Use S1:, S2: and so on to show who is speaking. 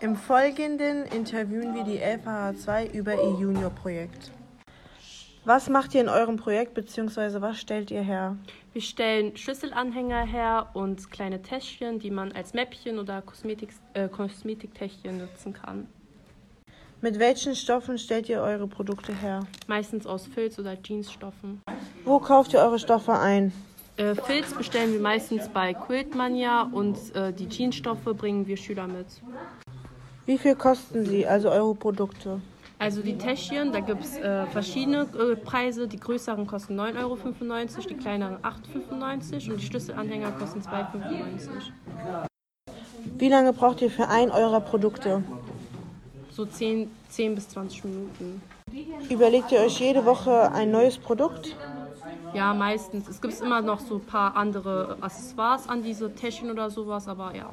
S1: Im Folgenden interviewen wir die LVH2 über ihr Junior-Projekt. Was macht ihr in eurem Projekt bzw. was stellt ihr her?
S2: Wir stellen Schlüsselanhänger her und kleine Täschchen, die man als Mäppchen oder Kosmetik, äh, Kosmetiktäschchen nutzen kann.
S1: Mit welchen Stoffen stellt ihr eure Produkte her?
S2: Meistens aus Filz oder Jeansstoffen.
S1: Wo kauft ihr eure Stoffe ein?
S2: Äh, Filz bestellen wir meistens bei Quiltmania und äh, die Jeansstoffe bringen wir Schüler mit.
S1: Wie viel kosten sie, also eure Produkte?
S2: Also die Täschchen, da gibt es äh, verschiedene äh, Preise. Die größeren kosten 9,95 Euro, die kleineren 8,95 Euro und die Schlüsselanhänger kosten 2,95 Euro.
S1: Wie lange braucht ihr für ein eurer Produkte?
S2: So 10, 10 bis 20 Minuten.
S1: Überlegt ihr euch jede Woche ein neues Produkt?
S2: Ja, meistens. Es gibt immer noch so ein paar andere Accessoires an diese Täschchen oder sowas, aber ja.